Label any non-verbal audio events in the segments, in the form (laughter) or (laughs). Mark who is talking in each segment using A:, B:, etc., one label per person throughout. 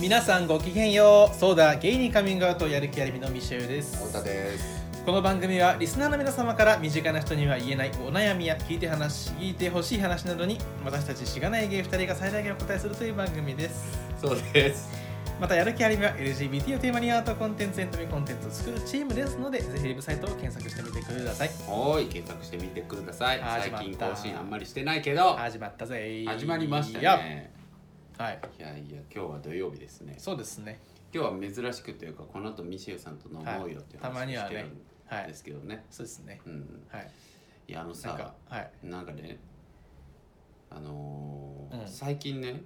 A: 皆さんごきげんようそうだゲイにカミングアウトやる気ありみのミシェルです
B: 本田です。
A: この番組はリスナーの皆様から身近な人には言えないお悩みや聞いて話聞いてほしい話などに私たちしがないゲイ2人が最大限お答えするという番組です
B: そうです。
A: またやる気ありみは LGBT をテーマにアートコンテンツエンタメコンテンツを作るチームですのでぜひウェブサイトを検索してみてください
B: はーい、検索してみてください。
A: あー
B: 最近
A: 始まった
B: 更新あんまりしてないけど、
A: 始まったぜ
B: (laughs) 始まりました
A: や
B: ね。
A: はい
B: いやいや、今日は土曜日ですね。
A: そうですね
B: 今日は珍しくというか、この後ミシェルさんと飲もうよっていう
A: はいたま
B: 話
A: に
B: を
A: は
B: して
A: ね
B: る
A: は
B: んで
A: い
B: すけどね。
A: そうですね
B: うん。
A: はい
B: いや、あの
A: なんか
B: さ、
A: はい
B: なんかね、あのー
A: うん
B: 最近ね、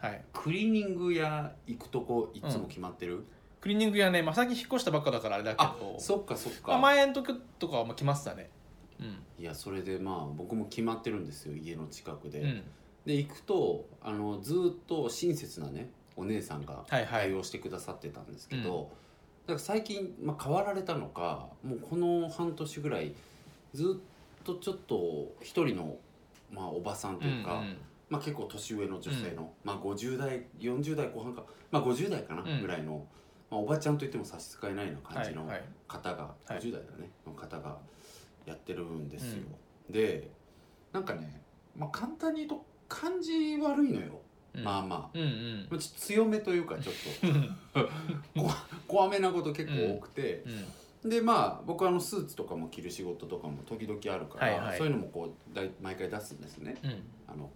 A: はい
B: クリーニング屋行くとこいつも決まってる。
A: クリーニング屋ねまあ最近引っ越したばっかだからあれだけ
B: あ
A: ど、
B: そっかそっ
A: まあ、
B: か。
A: 前の時とかはもう来ましたねう
B: いや、それでまあ、僕も決まってるんですよ、家の近くで。
A: ん、うん、
B: で行くとあのずーっと親切なねお姉さんが
A: はいはい
B: 対応してくださってたんですけど、だから最近、まあ、変わられたのかもうこの半年ぐらいずっとちょっと一人の、まあ、おばさんというか、
A: んん
B: まあ、結構年上の女性の、まあ、50代40代後半か、まあ、50代かな、
A: うん
B: ぐらいの、まあ、おばちゃんといっても差し支えないような感じの
A: はいはい
B: 方が、
A: はい
B: 50代だねの方がやってるんですよ、
A: う
B: でなんかね、まあ、簡単に言うと感じ悪いのよ、
A: うん、
B: まあまあ
A: うんうん
B: ちょっと強めというかちょっ
A: うん (laughs)
B: とこわ怖めなこと結構多くて、
A: うん
B: でまあ僕はあのスーツとかも着る仕事とかも時々あるから、
A: はいはい
B: そういうのもこうだい毎回出すんですね
A: うん
B: あの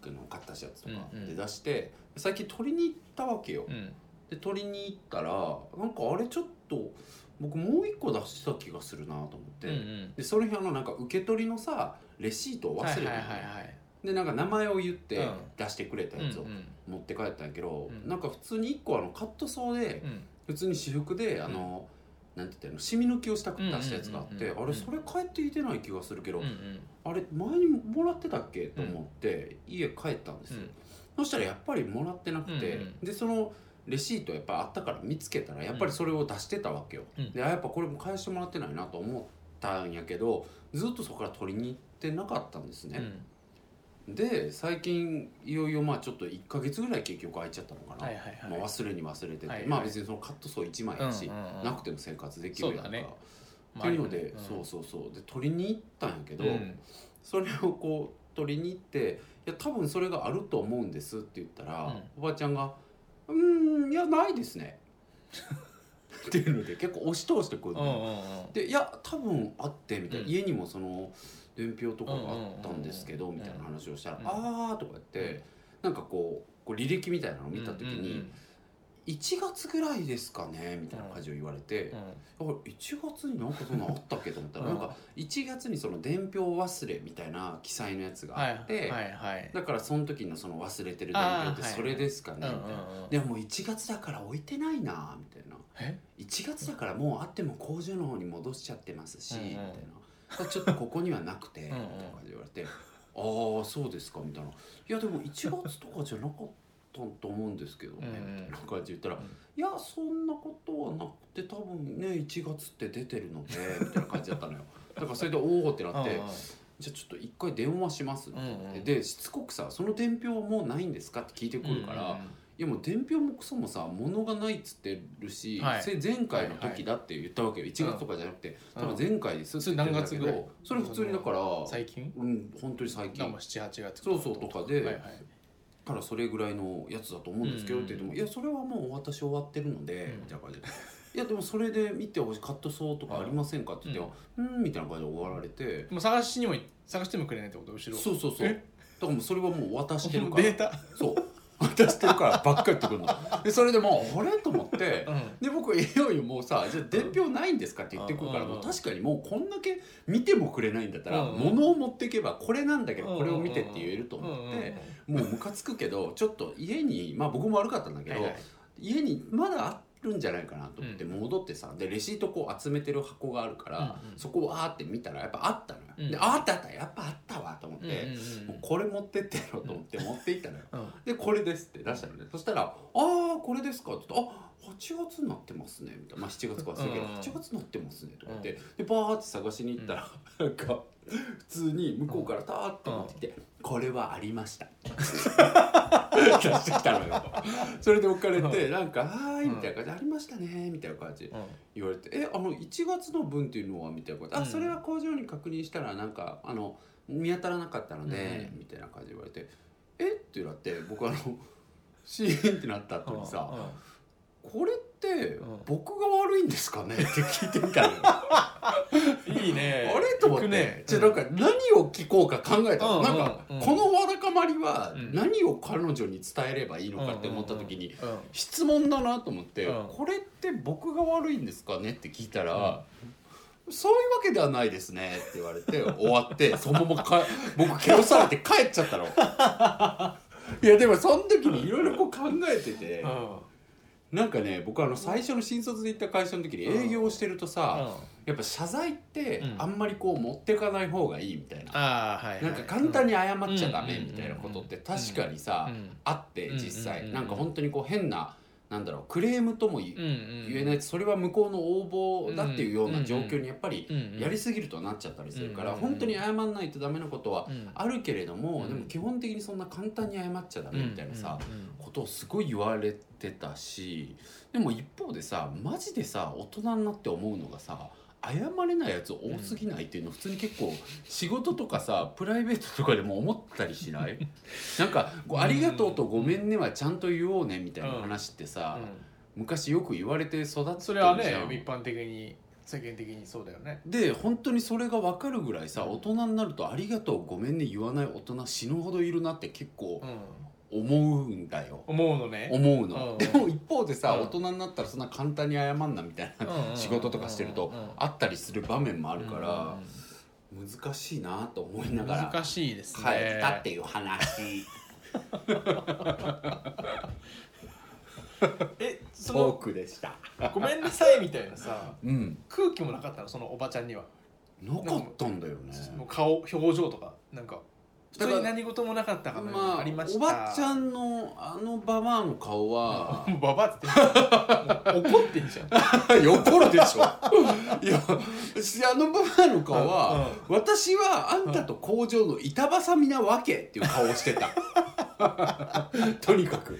B: あの買ったシャツとか
A: うんうん
B: で出して、最近取りに行ったわけよ、
A: うん
B: で取りに行ったらなんかあれちょっと僕もう一個出した気がするなと思って、
A: うんうん
B: でその日あのなんか受け取りのさレシートを忘れて、
A: はいはいはいはい
B: でなんか名前を言って
A: うん
B: 出してくれたやつを
A: うんうん
B: 持って帰ったんやけど、
A: うん
B: なんか普通に一個あのカットソーで
A: う
B: 普
A: ん
B: 通に私服であの、なんて言ったらいいの染み抜きをしたく出したやつがあって、
A: うんうんうんうん
B: あれそれ帰っていてない気がするけど、
A: うんうん
B: あれ前にもらってたっけと思って家帰ったんですよ、そしたらやっぱりもらってなくて、
A: うんうん
B: でそのレシートやっぱあったから見つけたらやっぱりそれを出してたわけよ、
A: うん
B: であやっぱこれも返してもらってないなと思ったんやけどずっとそこから取りに行ってなかったんです
A: うんう
B: ね、
A: ん
B: で最近いよいよまあちょっと1か月ぐらい結局空いちゃったのかな、
A: はいはいはい
B: まあ、忘れに忘れてて、
A: はいはい
B: まあ別にそのカットソー1枚やし、
A: うんうんうん
B: なくても生活できるやん
A: そ
B: か、
A: うだね
B: っていうので、
A: まあ
B: そうそうそうで取りに行ったんやけど、
A: うん
B: それをこう取りに行って「いや多分それがあると思うんです」って言ったら、
A: うん
B: おばちゃんが「うーんいやないですね」っていうので結構押し通してくる
A: うんう
B: の、
A: んうん
B: で「いや多分あって」みたいな、
A: うん
B: 家にもその伝票とかがあったんですけど、
A: うんうんうんうん
B: みたいな話をしたら「
A: うん
B: あー」とか言って、なんかこうこう履歴みたいなのを見た時に「1月ぐらいですかね」みたいな感じを言われて。
A: うんうん
B: あ1月になんかそんなのあったっけと思ったら、
A: う
B: な
A: ん
B: んか1月にその伝票忘れみたいな記載のやつが
A: は
B: あ
A: い
B: って、
A: はいはい
B: だからその時のその忘れてる伝票って
A: あーはい
B: それですかね
A: う
B: み
A: んう
B: た
A: ん
B: いな、
A: うん
B: でももう1月だから置いてないなみたいな
A: え
B: 1月だからもうあっても工場の方に戻しちゃってますし、
A: うんうん
B: みたいなだからちょっとここにはなくてみ
A: ん
B: た
A: (laughs) う
B: いな
A: ん
B: 感じで言われて「ああそうですか」みたいな「いやでも1月とかじゃなかったと思うんですけどね」
A: うんうん
B: みたいな感じで言ったら「
A: うん
B: いやそんなことはなくて多分ね1月って出てるので」みたいな感じだったのよ。 (laughs) だからそれで「おお」ってなって
A: うんうん
B: 「じゃあちょっと一回電話します」って言って
A: うんうん
B: でしつこくさ「その伝票もうないんですか?」って聞いてくるから。
A: うんうん
B: いやもう伝票もクソもさ物がないっつってるし、
A: はい
B: せ前回の時だって言ったわけよ1月とかじゃなくて、
A: うん
B: 多分前回ですって言ってるんだけ
A: それ何月ぐらい
B: どそれ普通にだから
A: 最近
B: うん本当に最
A: なん
B: 近
A: か78月
B: そうそうとかで、
A: はいはい
B: からそれぐらいのやつだと思うんですけど
A: う
B: っ
A: んうん
B: て言っても「いやそれはもう私終わってるので」
A: うん
B: みたいな感じで「いやでもそれで見てほしいカットソーとかありませんか?」って言って「うん」みたいな感じで終わられて
A: もう探しにも探してもくれないってこと後ろ
B: そうそうそうだ
A: え
B: からもうそれはもう渡してる
A: (laughs)
B: から
A: データ
B: そう渡してるからばっかり言ってくるのでそれでもう「あれ?」と思
A: (laughs)
B: って。
A: うん
B: で僕いよいよもうさ「じゃあ伝票ないんですか?」って言ってくるから
A: うん
B: もう確かにもうこんだけ見てもくれないんだったら
A: うん
B: 物を持っていけばこれなんだけどこれを見てって言えると
A: うん
B: 思っ
A: うんうん
B: てもうムカつくけどちょっと家にまあ僕も悪かったんだけ
A: はい
B: ど
A: はい
B: 家にまだあるんじゃないかなと思って戻ってさでレシートこう集めてる箱があるから
A: うんうん
B: そこをわーって見たらやっぱあったの
A: うん
B: よ。であったあったやっぱあったわと思っ
A: うん
B: てもうこれ持ってってやろうと思って持っていったのよ。
A: うんうん
B: で「これです」って出したのねそしたら「ああこれですか」って言ってあ8月になってますね」みたいな、まあ、7月か忘れたけど
A: うん
B: 「8月になってますね」とか言ってでバーって探しに行ったら、なんか普通に向こうからターって持ってきて「これはありました (laughs) 出してきたのよそれで置かれてなんか「はーい」みたいな感じで「ありましたね」みたいな感じ
A: うん
B: 言われて「えあの1月の分っていうのは?」みたいなこと「
A: う
B: あ
A: ん
B: それは工場に確認したらなんかあの見当たらなかったので」
A: うん
B: みたいな感じで言われて「えっ?」てなって僕あの (laughs) シーンってなった後にさ「これって
A: うん
B: 僕が悪いんですかね?」って聞いてみた
A: (laughs)
B: のよ。
A: うんいいね
B: あれと思っ
A: 行く
B: て
A: ね
B: じゃあなんか何を聞こうか考えた
A: う
B: の
A: ん
B: なんか
A: うん
B: このわだかまりは
A: うん
B: 何を彼女に伝えればいいのかって思った時に
A: うんうんうん
B: 質問だなと思って
A: うん
B: これって僕が悪いんですかねって聞いたらそういうわけではないですねって言われて (laughs) 終わってそのままか僕蹴落されて帰っちゃったの。 (laughs) いやでもその時にいろいろこう考えててなんかね僕あの最初の新卒で行った会社の時に営業をしてるとさ、
A: うん
B: やっぱ謝罪って
A: うん
B: あんまりこう持ってかない方がいいみたいな、
A: ああはいはい
B: なんか簡単
A: に
B: に謝っちゃダメみたいなことって確かにさ、あって
A: うん
B: 実際、
A: うん
B: なんか本当にこう変ななんだろうクレームとも言
A: 言
B: えないそれは向こうの横暴だっていうよう
A: う
B: なん状況にやっぱり
A: い
B: やりすぎるとなっちゃったりするから
A: うん
B: 本当に謝んないとダメなことは
A: あ
B: あるけれども
A: うん
B: でも基本的にそんな簡単に謝っちゃダメみたいなさことをすごい言われてたしでも一方でさマジでさ大人になって思うのがさ謝れないやつ多すぎないっていうの普通に結構仕事とかさプライベートとかでも思ったりしない
A: (laughs)
B: なんかこう「ありがとう」と「ごめんね」はちゃんと言おうねみたいな話ってさ、昔よく言われて育ってるじゃん
A: それはね一般的に世間的にそうだよね
B: で本当にそれが分かるぐらいさ大人になると「ありがとう」「ごめんね」言わない大人死ぬほどいるなって結構
A: うん
B: 思うんだよ。
A: 思うのね
B: 思う
A: うんう
B: の
A: ん
B: でも一方でさ
A: うん
B: 大人になったらそんな簡単に謝んなみたいな
A: うんうん
B: 仕事とかしてると
A: うんうんうん
B: あったりする場面もあ
A: あ
B: るから難しいなと思いながら
A: 難しいです
B: 帰
A: ね
B: ったっていう話
A: え (laughs) そ
B: トー
A: の
B: クでした
A: ごめんなさいみたいなさ
B: うん
A: 空気もなかったのそのおばちゃんには
B: なかったんだよね
A: もう顔表情とかなんか普
B: だ
A: 通
B: から
A: に何事もなかったかのように
B: まあ
A: ありまし
B: お
A: た
B: ばちゃんのあのババアの顔 (laughs)
A: (laughs)
B: は
A: もうババアって言ってるもう怒ってんじゃん
B: 怒るでしょいや私あのババアの顔は私はあんたと工場の板挟みなわけっていう顔をしてた (laughs) とにかく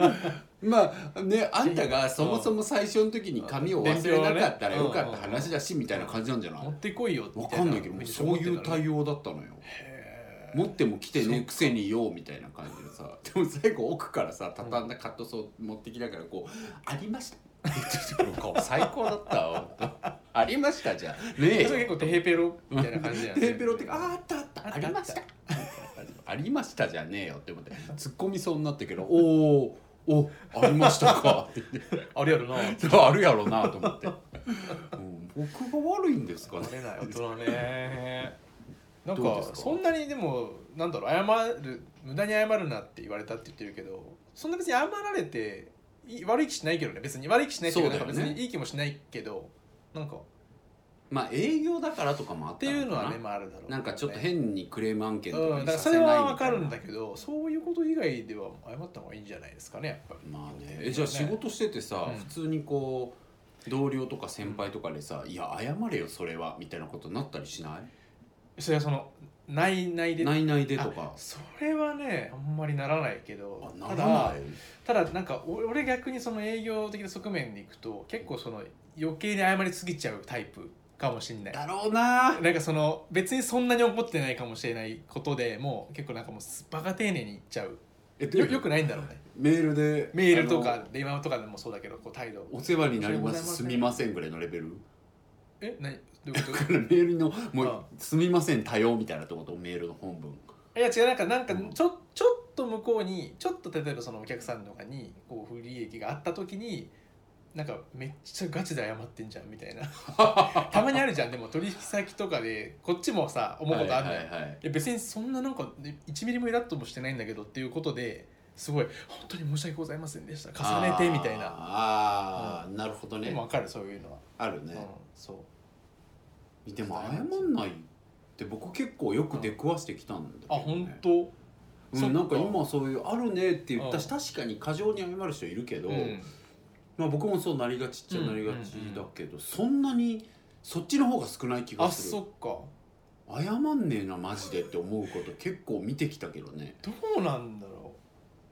B: (laughs) まあねあんたがそもそも最初の時に髪を忘れなかったらよかった話だしみたいな感じなんじゃない
A: 持ってこいよみ
B: わ
A: た
B: かんないけどもうそういう対
A: 応
B: 応だったのよ持っても来てねえくせによみたいな感じでさでも最後奥からさ畳んだカットソー持ってきながらこう「ありま (laughs) した」って言ってる顔最高だったわ (laughs) ありましたじゃあねえよ
A: それ結構テヘペロみたいな感じだよね
B: ペーペロって「あーあったあった
A: あった
B: ありました」ありましたじゃねえよって思って突っ込みそうになったけど「おーおありましたか」って言っ
A: あれやろな
B: てあるやろうなと思って、うん僕が悪いんですかね
A: バレない大人ねなん
B: どうで
A: か
B: すか
A: そんなにでもなんだろう謝る無駄に謝るなって言われたって言ってるけどそんな別に謝られてい悪い気しないけどね別に悪い気しないけど、
B: そう
A: な
B: だ
A: ん
B: よ
A: か
B: ね
A: 別にいい気もしないけどなんかっ
B: まあ営業だからとかもあってた
A: いう
B: の
A: の
B: かな
A: はねまああるだろうね
B: なんかちょっと変にクレーム案件とか
A: うん、だ
B: に
A: から
B: さ
A: そ
B: せ
A: れ
B: ない
A: は
B: み
A: わ
B: た
A: か
B: いな
A: るんだけどそういうこと以外では謝った方がいいんじゃないですかねやっぱり
B: まあねえじゃあ仕事しててさ、
A: うん
B: 普通にこう同僚とか先輩とかでさ「いや謝れよそれは」みたいなことになったりしな
A: それはそのないない
B: い
A: で
B: ないないでとか
A: それはねあんまりならないけ
B: あ
A: ど
B: な
A: た
B: ら
A: だ
B: ない
A: ただなんかお俺逆にその営業的な側面に行くと結構その余計に謝りすぎちゃうタイプかもしれない
B: だろうな
A: なんかその別にそんなに怒ってないかもしれないことでもう結構なんかもうバカ丁寧に言っちゃう
B: え
A: よよくないんだろうね
B: メールで
A: メールと
B: あ
A: か
B: の
A: 電話とかでもそうだけどこう態度
B: お世話になりますす
A: そう
B: み
A: ござい
B: ま
A: ます
B: せんぐらいのレベル
A: (laughs) え何どういうこ
B: だ
A: と
B: からメールのも
A: あ
B: う「すみません多用」みたいなとことメールの本文
A: いや違うなんかなんかちょちょっと向こうにちょっと例えばそのお客さんとかにこう不利益があった時になんかめっちゃガチで謝ってんじゃんみ
B: (laughs)
A: たいなたまにあるじゃんでも取引先とかでこっちもさ思うことあるのよ、
B: はいはいはい
A: いや別にそんななんか1ミリもイラッともしてないんだけどっていうことですごい本当に申し訳ございませんでした重ねてみたいな
B: あーあー、なるほど
A: で
B: ね
A: も分かるそういうのは、
B: あるね、
A: うん、そう
B: でも謝んないって僕結構よく出くわしてきたんだけど、
A: あ
B: ね
A: 本当
B: うん、なんか
A: そっか
B: 今そういう「あるね」って言ったし、
A: う
B: 確かに過剰に謝る人いるけど、
A: うん
B: まあ、僕もそうなりがちっちゃなりがちだけど、そんなにそっちの方が少ない気が
A: あ
B: する
A: そっか
B: 謝んねえなマジでって思うこと結構見てきたけどね
A: どうなんだろ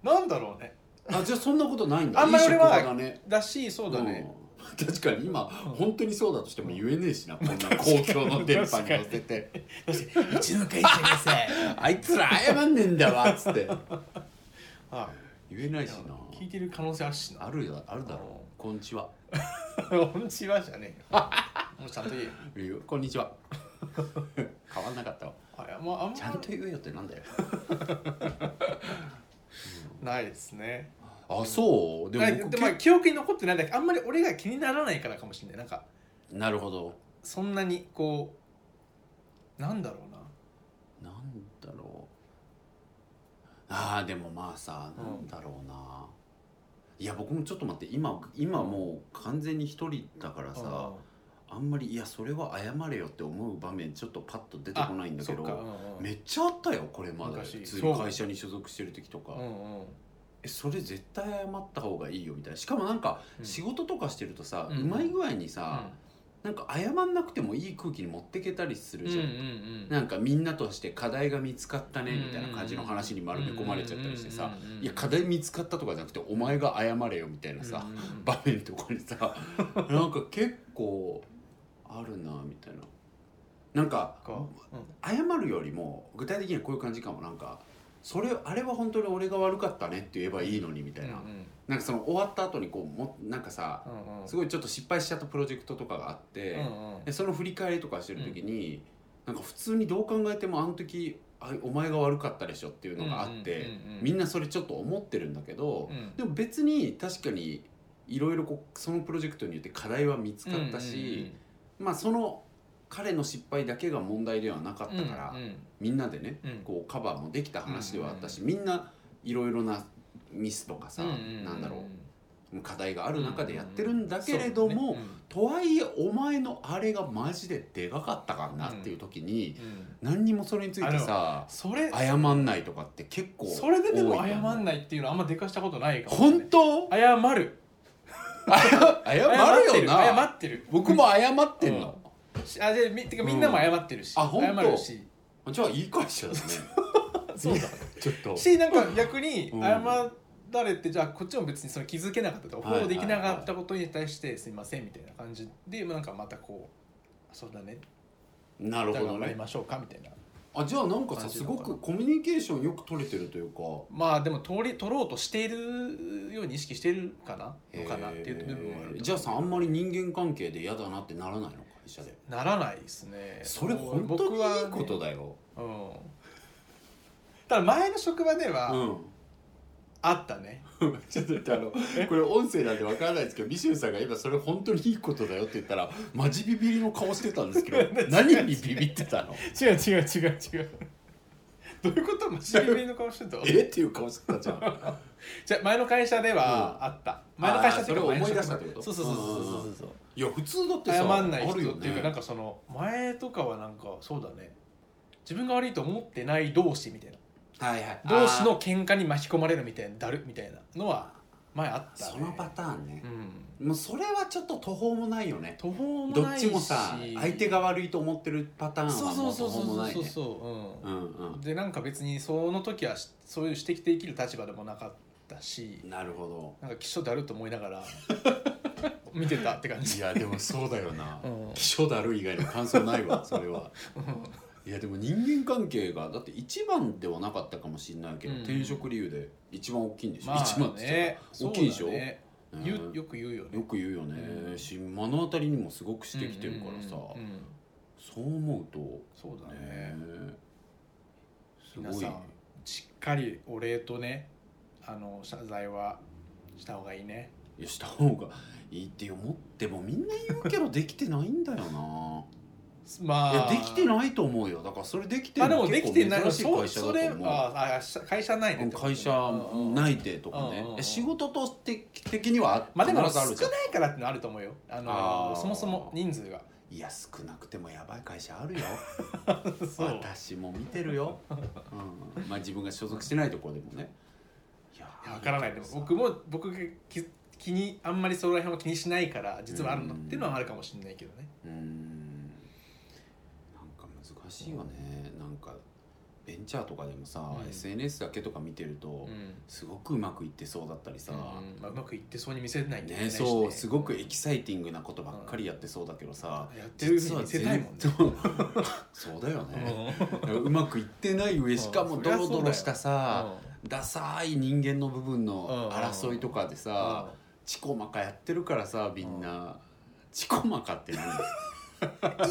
A: うなんだろうね
B: あじゃあそんなことないんだ
A: あんまり
B: いい職
A: 俺は
B: 場だね
A: だしそうだね、
B: うん (laughs) 確かに今、本当にそうだとしても言えねえしな、こんな
A: かに
B: 公共の電波に乗せて
A: うちの会社がさ
B: あいつら謝んねえんだわっつって
A: (laughs) あ
B: 言えないしな
A: 聞いてる可能性あるしな
B: あるよあるだろうこんにちは
A: (laughs) こんにちはじゃねえよもうちゃんと言えよ
B: 言うよこんにちは (laughs) 変わんなかったわ
A: あいやまああんま
B: ちゃんと言えよってなん
A: (laughs)
B: だよ
A: ないですね
B: あそうで
A: で
B: も
A: も
B: 僕
A: まあ記憶に残ってないだけあんまり俺が気にならないからかもしれないなんか
B: なるほど
A: そんなにこうなんだろうな
B: なんだろうああでもまあさ
A: うん
B: なんだろうな、いや僕もちょっと待って今今もう完全に一人だからさ、あんまりいやそれは謝れよって思う場面ちょっとパッと出てこないんだけ
A: あそっか
B: ど
A: うんうん
B: めっちゃあったよこれまで
A: 昔
B: 普通
A: そう
B: に会社に所属してる時とか、
A: うんうん
B: えそれ絶対謝った方がいいよみたいなしかもなんか
A: うん
B: 仕事とかしてるとさ、
A: うん
B: うまい具合にさ、なんか謝んなくてもいい空気に持ってけたりす
A: うん
B: る
A: うん
B: じ
A: う
B: ゃん
A: んうん
B: なんかみんなとして課題が見つかったね
A: うん
B: みたいな感じの話に丸め込まれちゃったりしてさ
A: うんうんうんうん
B: いや課題見つかったとかじゃなくてお前が謝れよみたいなさ
A: うんうんうん
B: 場面とかにさ (laughs) なんか結構あるなみたいななんか
A: か
B: 謝るよりも具体的にはこういう感じかもなんかそれあれは本当に俺が悪かったねって言えばいいのにみたいななんかその終わった後にこうもなんかさす
A: ごい
B: ごいちょっと失敗しちゃったプロジェクトとかがあってでその振り返りとかしてる時に、なんか普通にどう考えてもあの時あお前が悪かったでしょっていうのがあって、みん
A: な
B: なそれちょっと思ってるんだけど、でも別に確かにいろいろこうそのプロジェクトによって課題は見つかったし、まあその彼の失敗だけが問題ではなかったから、みんなでねこうカバーもできた話ではあったし、みんないろいろなミスとかさ、なんだろう課題がある中でやってるんだけれども、とはいえお前のあれがマジででかかったからなっていう時に、何にもそれについてさ
A: それ
B: 謝んないとかって結構
A: それででも謝ん
B: い
A: ないっていうのはあんまでかしたことないかも
B: 本当
A: 謝る
B: 謝るよ
A: 謝
B: な
A: ってる
B: 僕も謝ってんの、
A: あでみてかみんなも謝ってるし謝るし
B: じゃあいい会社だね
A: そうだ
B: (laughs) ちょっと
A: (laughs) しなんか逆に謝られて、じゃあこっちも別にその気づけなかったとか
B: はい
A: フォローできなかったことに対して「すいません」みたいな感じで、まあ、なんかまたこう「そうだね」
B: なる
A: じゃあ
B: ほど
A: 頑張り
B: ね
A: ましょうかみたいな
B: あじゃあなんか
A: 感
B: さ
A: じ
B: す
A: なの
B: ご
A: かな
B: くコミュニケーションよく取れてるというか
A: まあでも取り取ろうとしているように意識してるかなのかなっていう部分はあ
B: へ
A: る
B: ーじゃあさあんまり人間関係で嫌だなってならないの会社で
A: ならないですね
B: それ本当にいいことだよ、
A: 僕はねうんただ前の職場では
B: うん
A: あったね、
B: (laughs) ちょっと待ってあのこれ音声なんてわからないですけどビシュンさんが今それ本当にいいことだよって言ったらマジビビりの顔してたんですけ
A: (laughs)
B: ど何にビビってたの
A: 違う違う違う違うどういうことマジビビりの顔してた
B: えっていう顔してたじゃん
A: じゃあ前の会社ではあった、
B: ん
A: 前の会社
B: あーそれを思い出したってこと
A: そうそうそうそうそうそう
B: (laughs) いや普通だってさ
A: 謝んない人
B: あるよ
A: っていうか、なんかその前とかはなんかそうだね自分が悪いと思ってない同士みたいな
B: はいはい
A: 同士の喧嘩に巻き込まれるみたいなだるみたいなのは前あった、ね、
B: そのパターンね
A: う、ん
B: もうそれはちょっと途方もないよね
A: 途方も
B: ど
A: な
B: っ
A: い
B: ち
A: し
B: もさ相手が悪いと思ってるパターン
A: そう
B: は
A: そ
B: も
A: う
B: う
A: そ
B: 途
A: うそ
B: 方もな
A: う
B: い
A: そ
B: ね
A: うそう
B: う
A: うん
B: んう
A: でなんか別にその時はしそういう指摘できる立場でもなかったし
B: んなるほ
A: なんかきっしょだると思いなが
B: (laughs)
A: ら見てたって感
B: どい
A: じ
B: やでもそうだよな
A: うん
B: 気象だる以外の感想ない
A: (laughs)
B: わそれはいやでも人間関係がだって一番ではなかったかもしれないけど、
A: うん
B: 転職理由で一番大きいんでしょ、
A: まあ
B: 一番って
A: ね、
B: 言ったら大きいでしょ、
A: そうだね
B: うん
A: 言うよく言うよね
B: よく言うよね、
A: うん
B: し目の当たりにもすごくしてきてるからさ、
A: うんうんうんうん
B: そう思う
A: そう
B: と
A: だ
B: ね
A: ね
B: す
A: 皆
B: ごい
A: さんしっかりお礼とねあの謝罪はした方がいいね
B: いやした方がいいって思ってもみんな言うけどできてないんだよない
A: ま
B: や
A: (laughs) あ
B: できて
A: い
B: ないと思うよだからそれできて
A: まあ
B: る
A: で
B: の
A: も
B: 結
A: で
B: 構
A: きてない
B: 珍しい
A: そ
B: 会社だと
A: そ
B: 思
A: れ
B: う
A: はあし会社ないねってこと
B: 会社内定とか
A: うんうんう
B: ね
A: ん
B: え仕事として的には
A: まあでも
B: 必ず
A: 少
B: あるじゃん
A: ないからってのあると思うよあの
B: あー
A: そもそも人数が (laughs)
B: いや少なくてもやばい会社あるよ
A: そう
B: 私も見てるよ、うん、まあ自分が所属してないところでもねいや
A: いやわからないでも僕も僕が気気にあんまりそこら辺は気にしないから実はあるのっていうのはあるかもしれないけどね
B: うーんなんか難しいよねなんかベンチャーとかでもさ、
A: うん
B: SNS だけとか見てると、
A: うん
B: すごくうまくいってそうだったりさ、
A: うんまあ、うまくいってそうに見せないといけな
B: ね
A: いしね
B: そうすごくエキサイティングなことばっかりやってそうだけどさ、
A: やってるふうに見せたいもんね
B: 実は全然そうだよね、うまくいってない上しかも
A: うん
B: ドロドロしたさ、
A: うん
B: ダサい人間の部分
A: うん
B: の争いとかでさ、チコマカやってるからさみんな、チコマカって何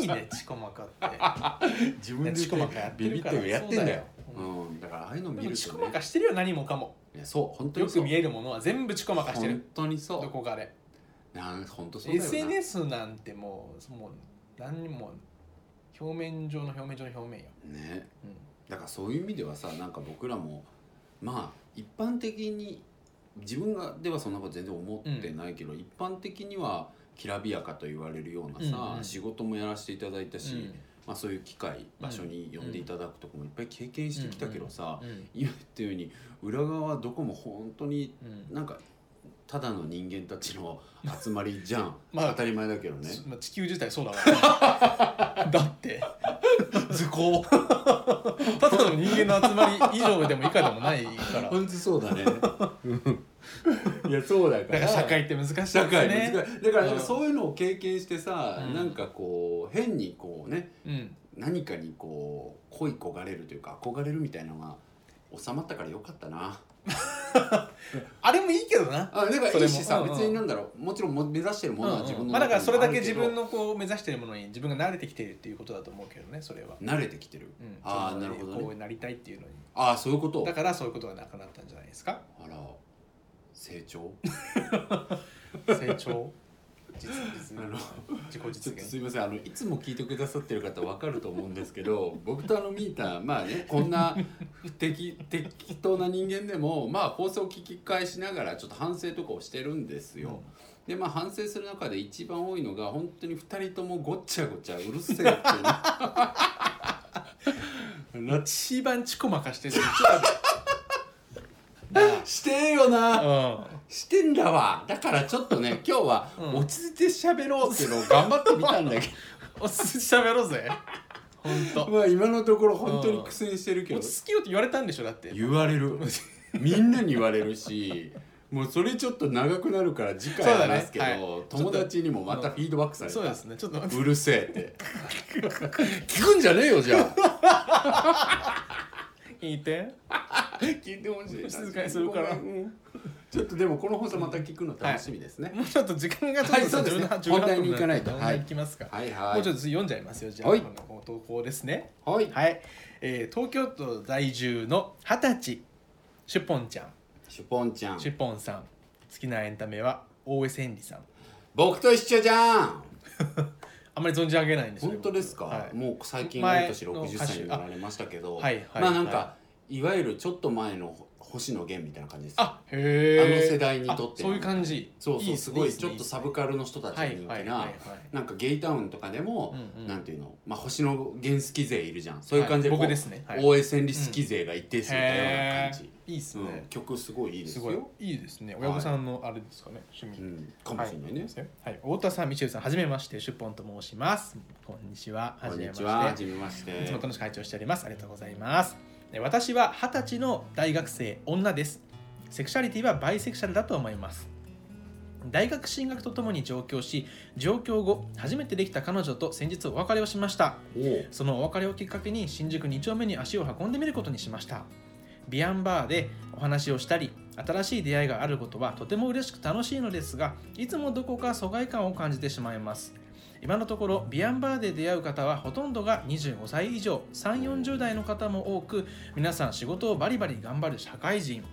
A: いいねちこまかって
B: (laughs) 自分で言って
A: チコマカやって
B: ビビ
A: る
B: っ
A: か
B: て
A: ら
B: るやってんだよ
A: そう
B: う
A: だよ
B: ん、だからああいうの見
A: でも
B: る
A: ち
B: と
A: こま
B: ね
A: かしてるよ何もかも
B: いやそう本当
A: よ
B: にそ
A: く
B: う
A: 見えるものは全部ちこまかして
B: 本
A: る
B: 当にそ
A: ど
B: う
A: こかで
B: なん本当そうだよな
A: SNS なんてもうもう何にも表面上の表面上の表面よ、
B: ね
A: うん
B: だからそういう意味ではさなんか僕らもまあ一般的に自分がではそんなこと全然思ってないけど、一般的にはきらびやかと言われるようなさ、
A: うんうん
B: 仕事もやらせていただいたし、まあ、そういう機会
A: うん
B: 場所に呼んでいただくとかもいっぱい経験してきたけどさ、
A: うんうん
B: 今言ったように裏側はどこも本当に
A: うん
B: なんかただの人間たちの集まりじゃん
A: (laughs) まあ
B: 当たり前だけ
A: (laughs)
B: どね
A: すまあ、地球自体そう
B: (laughs)
A: だから、ね、だって
B: 図 (laughs) 工
A: ただの人間の集まり以上でも以下でもないからだ
B: 本当そうだね (laughs) いやそうだ
A: から社会って難しいですね
B: 社会難しいだからなん
A: うん
B: かそういうのを経験してさ、
A: うん
B: なんかこう変にこうね
A: うん、
B: 何かにこう恋焦がれるというか憧れるみたいなのが収まったからよかったな
A: あれもいいけどな
B: あだから
A: そ
B: い
A: れ
B: い
A: も
B: しさ、
A: うんうん
B: 別になんだろうもちろんも目指してるものは自分の
A: まあ、だからそれだけ
B: 中
A: 自
B: にもある
A: 分のこう目指してるものに自分が慣れてきているっていうことだと思うけどねそれは、
B: けど慣れてきてる
A: うん、
B: あー
A: その
B: なるほどね
A: こうなりたいっていうのに
B: ああそういうこと
A: だからそういうことがなくなったんじゃないですか
B: あら成長
A: 成長実実
B: あの
A: 自己
B: ちょ
A: 実
B: っと
A: 現
B: すいませんあのいつも聞いてくださってる方わかると思うんですけど (laughs) 僕とあのミーターまあねこんな適 (laughs) 適当な人間でもまあ放送を聞き返しながらちょっと反省とかをしてるんですよ。でまあ反省する中で一番多いのが本当に2人ともごっちゃごちゃうるせえって
A: (laughs)
B: いうな
A: 一番ちこまかしてるちょっと
B: (laughs)
A: ある
B: してえよな
A: なあうん
B: してんだわだからちょっと
A: (laughs)
B: ね今日は
A: うん
B: 落ち着いて喋ろうっていうのを頑張ってみたん
A: (laughs)
B: だけ
A: おすしゃべろうぜほん
B: ど
A: と
B: まあ今のところ本当に苦戦してるけど
A: 落ち着きよって言われたんでしょだって
B: 言われるみんなに言われるしもうそれちょっと長くなるから次回話すけど、
A: そうだねはい
B: 友達にもまたフィードバックされた
A: そうですねちょっと待って
B: うるせえって聞くんじゃねえよじゃあ
A: 聞いて
B: 聞いてほしいな
A: 静かにするから
B: ごめんうんちょっとでもこの放送また聞くの楽しみですね、
A: もうちょっと時間がちょっと
B: はいそうですね
A: 17 18
B: 本題に行かないと
A: 分
B: はい
A: 行きますか
B: はい、はい
A: もうちょっと読んじゃいますよじゃあ、
B: はい
A: この投稿ですね
B: はい
A: はい、えー、東京都在住の二十歳シュポンちゃん
B: シュポンちゃん
A: シュポンさん好きなエンタメは大江千里さん
B: 僕と一緒じゃん
A: あんまり存じ上げないんですよ
B: 本当ですか、
A: はい、
B: もう最近
A: 前
B: 毎年
A: の歌
B: 60
A: 手
B: 歳になられましたけど
A: あはいはい
B: まあなんか、、
A: はい
B: わゆるちょっと前の星野源みたいな感じですね
A: あへえ
B: あの世代にとって
A: そういう感じ
B: そうそう
A: っ
B: す
A: ね
B: ごい
A: っね
B: ちょっとサブカルの人たちに人
A: は
B: 気
A: いはいはいは
B: ないなんかゲイタウンとかでも
A: うんうん
B: なんていうのまあ星野源好き勢いるじゃんそういう感じで
A: はい
B: こ
A: 僕
B: う
A: ですねはい
B: 大江千里好き勢が一定数いたような
A: へ
B: 感じ
A: えいいです
B: うん
A: ね、
B: 曲すごいいいですす
A: ごい
B: よ
A: いいですね親御さんのあれですかね趣味、
B: うんかもしれないね
A: はい、太田さん、みちゅうさん、はじめまして、シュポンと申します。こんにちは。
B: こんにちは
A: は
B: は
A: じ
B: じめまして
A: めまして。いつも楽しく会長しております。ありがとうございます。え私は二十歳の大学生女です。セクシャリティはバイセクシャルだと思います。大学進学とともに上京し、上京後、初めてできた彼女と先日お別れをしました。
B: おう
A: そのお別れをきっかけに新宿2丁目に足を運んでみることにしましたビアンバーでお話をしたり新しい出会いがあることはとても嬉しく楽しいのですがいつもどこか疎外感を感じてしまいます今のところビアンバーで出会う方はほとんどが25歳以上3 4 0代の方も多く皆さん仕事をバリバリ頑張る社会人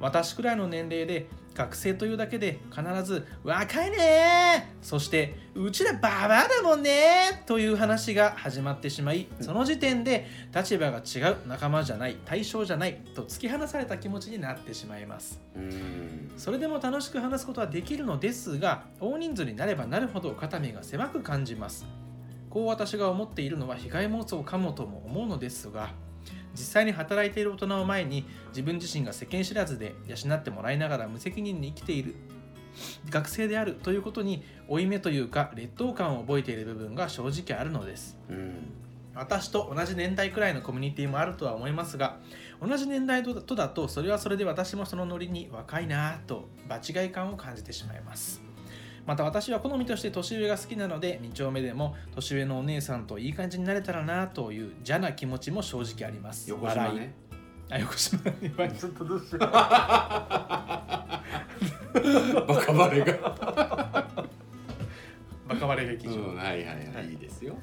A: 私くらいの年齢で学生というだけで必ず「若いねー!」そして「うちらババアだもんねー!」という話が始まってしまいその時点で立場が違う仲間じゃない対象じゃないと突き放された気持ちになってしまいます
B: うん
A: それでも楽しく話すことはできるのですが大人数になればなるほど肩身が狭く感じますこう私が思っているのは被害妄想かもとも思うのですが実際に働いている大人を前に自分自身が世間知らずで養ってもらいながら無責任に生きている学生であるということに負い目というか劣等感を覚えている部分が正直あるのです
B: うん
A: 私と同じ年代くらいのコミュニティもあるとは思いますが同じ年代とだとそれはそれで私もそのノリに若いなぁと場違い感を感じてしまいますまた私は好みとして年上が好きなので2丁目でも年上のお姉さんといい感じになれたらなぁという邪な気持ちも正直あります
B: 横島
A: 笑い
B: ね
A: あ横島ね笑いちょっとどうしよう
B: バカバレ
A: (laughs)
B: が、
A: バカ笑い劇
B: う
A: 場、
B: ん、はいはいは
A: はいい
B: いいですよ、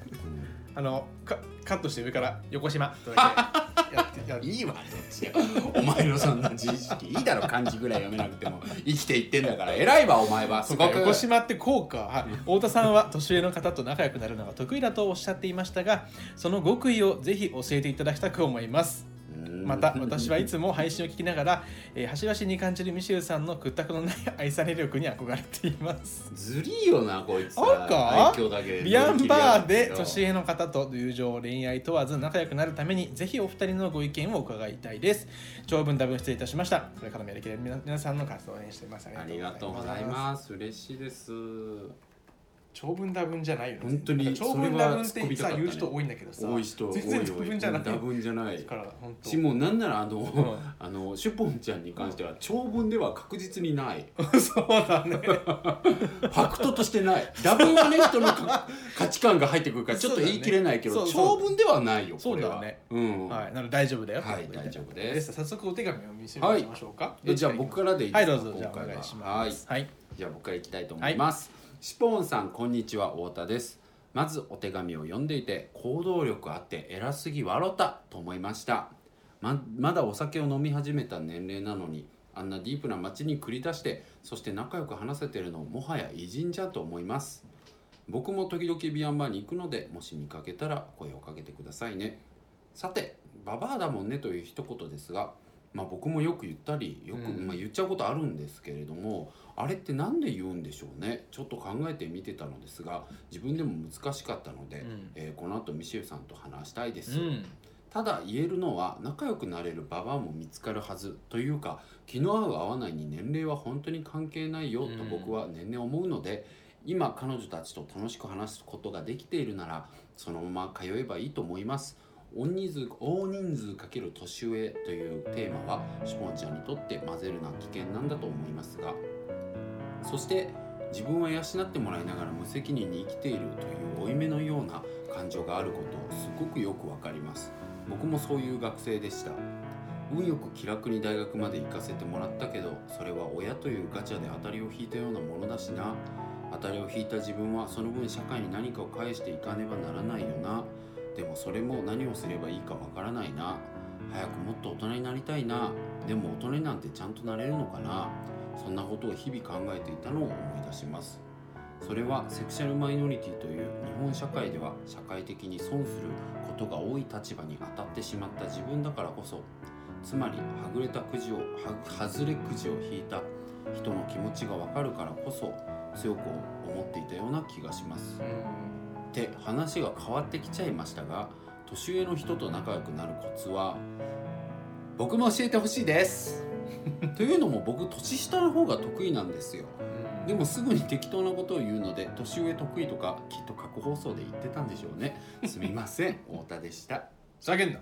A: あのカカットして上から横島とだ (laughs) けやってやって
B: いいわどっちお前のそんな自意識いいだろ漢字ぐらい読めなくても生きていってんだから偉いわお前はす
A: そう
B: ご
A: か
B: く
A: 横島ってこうか、はい、太田さんは年上の方と仲良くなるのが得意だとおっしゃっていましたがその極意をぜひ教えていただきたく思います
B: うん
A: また私はいつも配信を聞きながら、えー、端々に感じるミシェルさんの屈託のない愛され力に憧れています
B: ずりーよなこいつ
A: あんか
B: 愛嬌だけで
A: ビア
B: 乗り切
A: ンバーで
B: りやがって
A: 年上の方と友情恋愛問わず仲良くなるためにぜひお二人のご意見を伺いたいです長文多分失礼いたしましたこれからもやりきれる皆さんの活動を応援しています
B: ありがとうございます嬉しいです
A: 長文多分じゃないよね
B: 本当に
A: なんか長文多分っ
B: それは突っ込
A: て
B: みた
A: さ
B: かったね
A: 言う人多いんだけどさ
B: 多い人多い
A: 全然多分じゃない
B: 多分じゃない
A: だから本当
B: しもうなんならあの、
A: ん
B: あのシュポンちゃんに関しては長文では確実にない
A: (laughs) そうだ (laughs) ね
B: ファクトとしてないダブルマネ人のか価値観が入ってくるからちょっと言い切れないけど、
A: そうだねそう
B: 長文ではないよ
A: そう
B: これは
A: そうだね
B: うん
A: はいなので大丈夫だよ
B: はい大丈夫です
A: 早速お手紙を見せましょうか
B: えじゃあ僕からでいい
A: はい
B: ですか
A: どうぞじゃあお願いしますはい
B: じゃあ僕からいきたいと思います、シポーンさんこんにちは太田ですまずお手紙を読んでいて行動力あって偉すぎ笑ったと思いましたままだお酒を飲み始めた年齢なのにあんなディープな街に繰り出してそして仲良く話せてるのもはや偉人じゃと思います僕も時々ビアンバーに行くのでもし見かけたら声をかけてくださいねさてババアだもんねという一言ですがまあ僕もよく言ったりよく、
A: うん
B: まあ言っちゃうことあるんですけれどもあれってなんで言うんでしょうねちょっと考えてみてたのですが自分でも難しかったので、
A: うん
B: えーこの後ミシェルさんと話したいです、
A: うん
B: ただ言えるのは仲良くなれるババアも見つかるはずというか気の合う合わないに年齢は本当に関係ないよと
A: うん
B: 僕は年々思うので、今彼女たちと楽しく話すことができているならそのまま通えばいいと思います大人数大人数かける年上というテーマはシポンちゃんにとって混ぜるな危険なんだと思いますがそして自分は養ってもらいながら無責任に生きているという負い目のような感情があることをすごくよくわかります僕もそういう学生でした運よく気楽に大学まで行かせてもらったけどそれは親というガチャで当たりを引いたようなものだしな当たりを引いた自分はその分社会に何かを返していかねばならないよなでもそれも何をすればいいかわからないな早くもっと大人になりたいなでも大人になんてちゃんとなれるのかなそんなことを日々考えていたのを思い出しますそれはセクシャルマイノリティという日本社会では社会的に損することが多い立場に当たってしまった自分だからこそつまりはぐれたくじをは外れくじを引いた人の気持ちがわかるからこそ強く思っていたような気がしますって話が変わってきちゃいましたが年上の人と仲良くなるコツは僕も教えてほしいです (laughs) というのも僕年下の方が得意なんですよでもすぐに適当なことを言うので年上得意とかきっと過去放送で言ってたんでしょうねすみま (laughs) せん太田でした
A: ふざけんな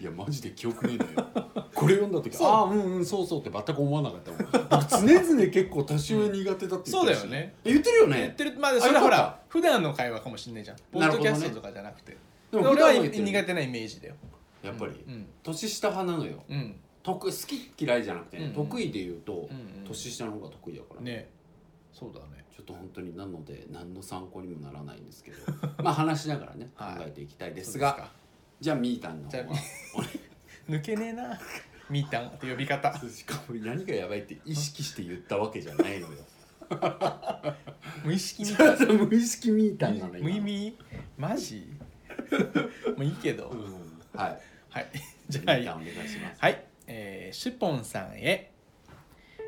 A: い
B: やマジで記憶ねえのよ (laughs) これ読んだ時
A: そう
B: ああうんうんそうそうって全く思わなかったもん (laughs) 僕常々結構年上苦手だって言ってるし
A: そうだよね
B: 言ってるよ
A: 言っ
B: ね
A: てるまあそれ
B: あよ
A: はほ
B: から
A: 普段の会話かもしんないじゃんポ
B: な
A: ッ
B: る
A: ド
B: ほど
A: キ
B: ね
A: ャストとかじゃなくて
B: で
A: 俺は
B: 普段言ってる
A: 苦手なイメージだよ
B: やっぱり
A: うん
B: 年下派なのよ
A: うん
B: 得好き嫌いじゃなくて、
A: うんうん
B: 得意で言うと、
A: うん
B: 年下の方が得意だから、
A: ねそうだね
B: ちょっと本当になので何の参考にもならないんですけど (laughs) まあ話しながらね考
A: はい
B: えていきたいで
A: です
B: が、じゃあみーたんの方は
A: じゃ抜けねえなみーたんって呼び方
B: (laughs) しかも何がやばいって意識して言ったわけじゃないの (laughs) よ
A: 無意識に
B: 無意識みーたんなのよ
A: 無意味マジもういいけど、
B: うんはい
A: はい (laughs)
B: じ
A: じ
B: ゃあ
A: ゃあ
B: みー
A: いい
B: たんお願いします
A: はい、えー、シュポンさんへ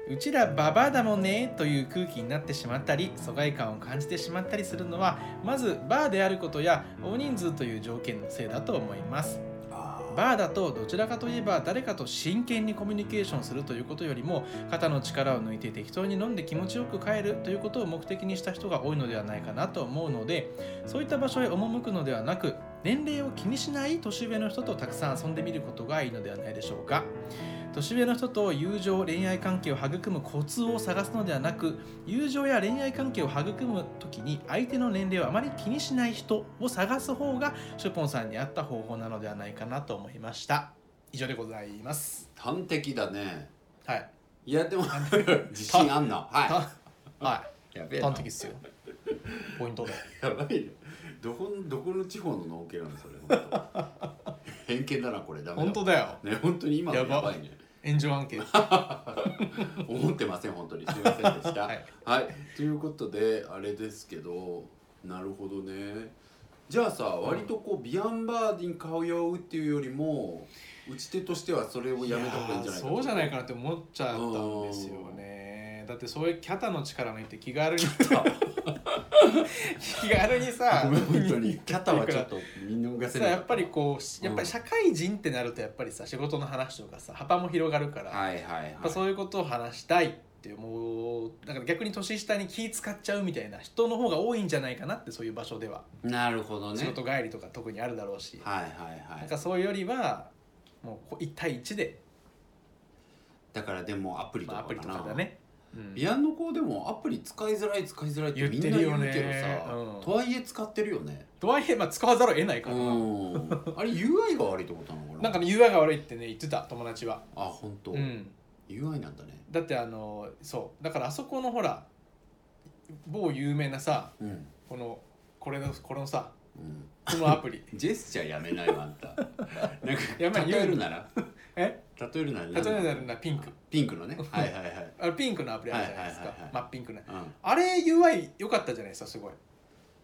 A: うちらババアだもんねという空気になってしまったり疎外感を感じてしまったりするのはまずバーであることや大人数という条件のせいだと思います
B: あー
A: バーだとどちらかといえば誰かと真剣にコミュニケーションするということよりも肩の力を抜いて適当に飲んで気持ちよく帰るということを目的にした人が多いのではないかなと思うのでそういった場所へ赴くのではなく年齢を気にしない年上の人とたくさん遊んでみることがいいのではないでしょうか年上の人と友情恋愛関係を育むコツを探すのではなく友情や恋愛関係を育む時に相手の年齢をあまり気にしない人を探す方がシュポンさんに合った方法なのではないかなと思いました以上でございます
B: 端的だね
A: はい
B: いやでも (laughs) 自信あんなは
A: たはい
B: やべえ
A: い
B: な
A: 端的っすよポイントで
B: やばいねどこのどこの地方の農家なのそれ (laughs) 本当偏見だなこれ (laughs) ダメだ
A: 本当だよ
B: ね本当に今のや
A: やば
B: ばいね
A: 炎上案件
B: (laughs) 思ってません本当にすみませんで (laughs) した。は
A: はいい、
B: ということであれですけどなるほどねじゃあさ割とこうビアンバーディン買うよっていうよりも打ち手としてはそれをやめた方がいいんじゃないか
A: やーそうじゃない
B: か
A: かなって思っちゃったんですよねだってそういう肩の力抜いて
B: (laughs)
A: 気軽に気軽にさ
B: (laughs) ごめん本当にキャタはちょっと見逃せ
A: さ
B: ない
A: やっぱりこうやっぱり社会人ってなるとやっぱりさ仕事の話とかさ幅も広がるから、
B: はいはいはい
A: やっぱそういうことを話したいって思うだから逆に年下に気使っちゃうみたいな人の方が多いんじゃないかなってそういう場所では、
B: なるほどね
A: 仕事帰りとか特にあるだろうし、
B: はいはいは
A: なん
B: い
A: かそういうよりはもうこう1対1で、
B: だからでもアプリと
A: まあ、
B: か
A: アプリ
B: か
A: と
B: な
A: かだね、うん
B: ビアンの子でもアプリ使いづらい使いづらいってみんな言うけどさ、
A: うん
B: とはいえ使ってるよね
A: とはいえ、まあ、使わざるを得ないからな、
B: うんあれ UI が悪いってことなのかな
A: なんかね UI が悪いってね言ってた友達は、
B: あ本当、
A: うん、
B: UI なんだね
A: だってあのそうだからあそこのほら某有名なさ
B: うん、
A: このこれのこれのさ
B: うん、
A: この
B: (laughs)
A: アプリ
B: ジェスチャーやめないわあん (laughs) たなんか
A: やめない
B: 例えるなら
A: え
B: 例えるなら
A: 例えばなるなピンク
B: ピンクのねはいはいはい、
A: あのピンクのアプリあるじゃないです
B: は
A: か
B: いはいはいはい
A: 真っピンクね
B: うん、
A: あれ UI 良かったじゃないですかすごい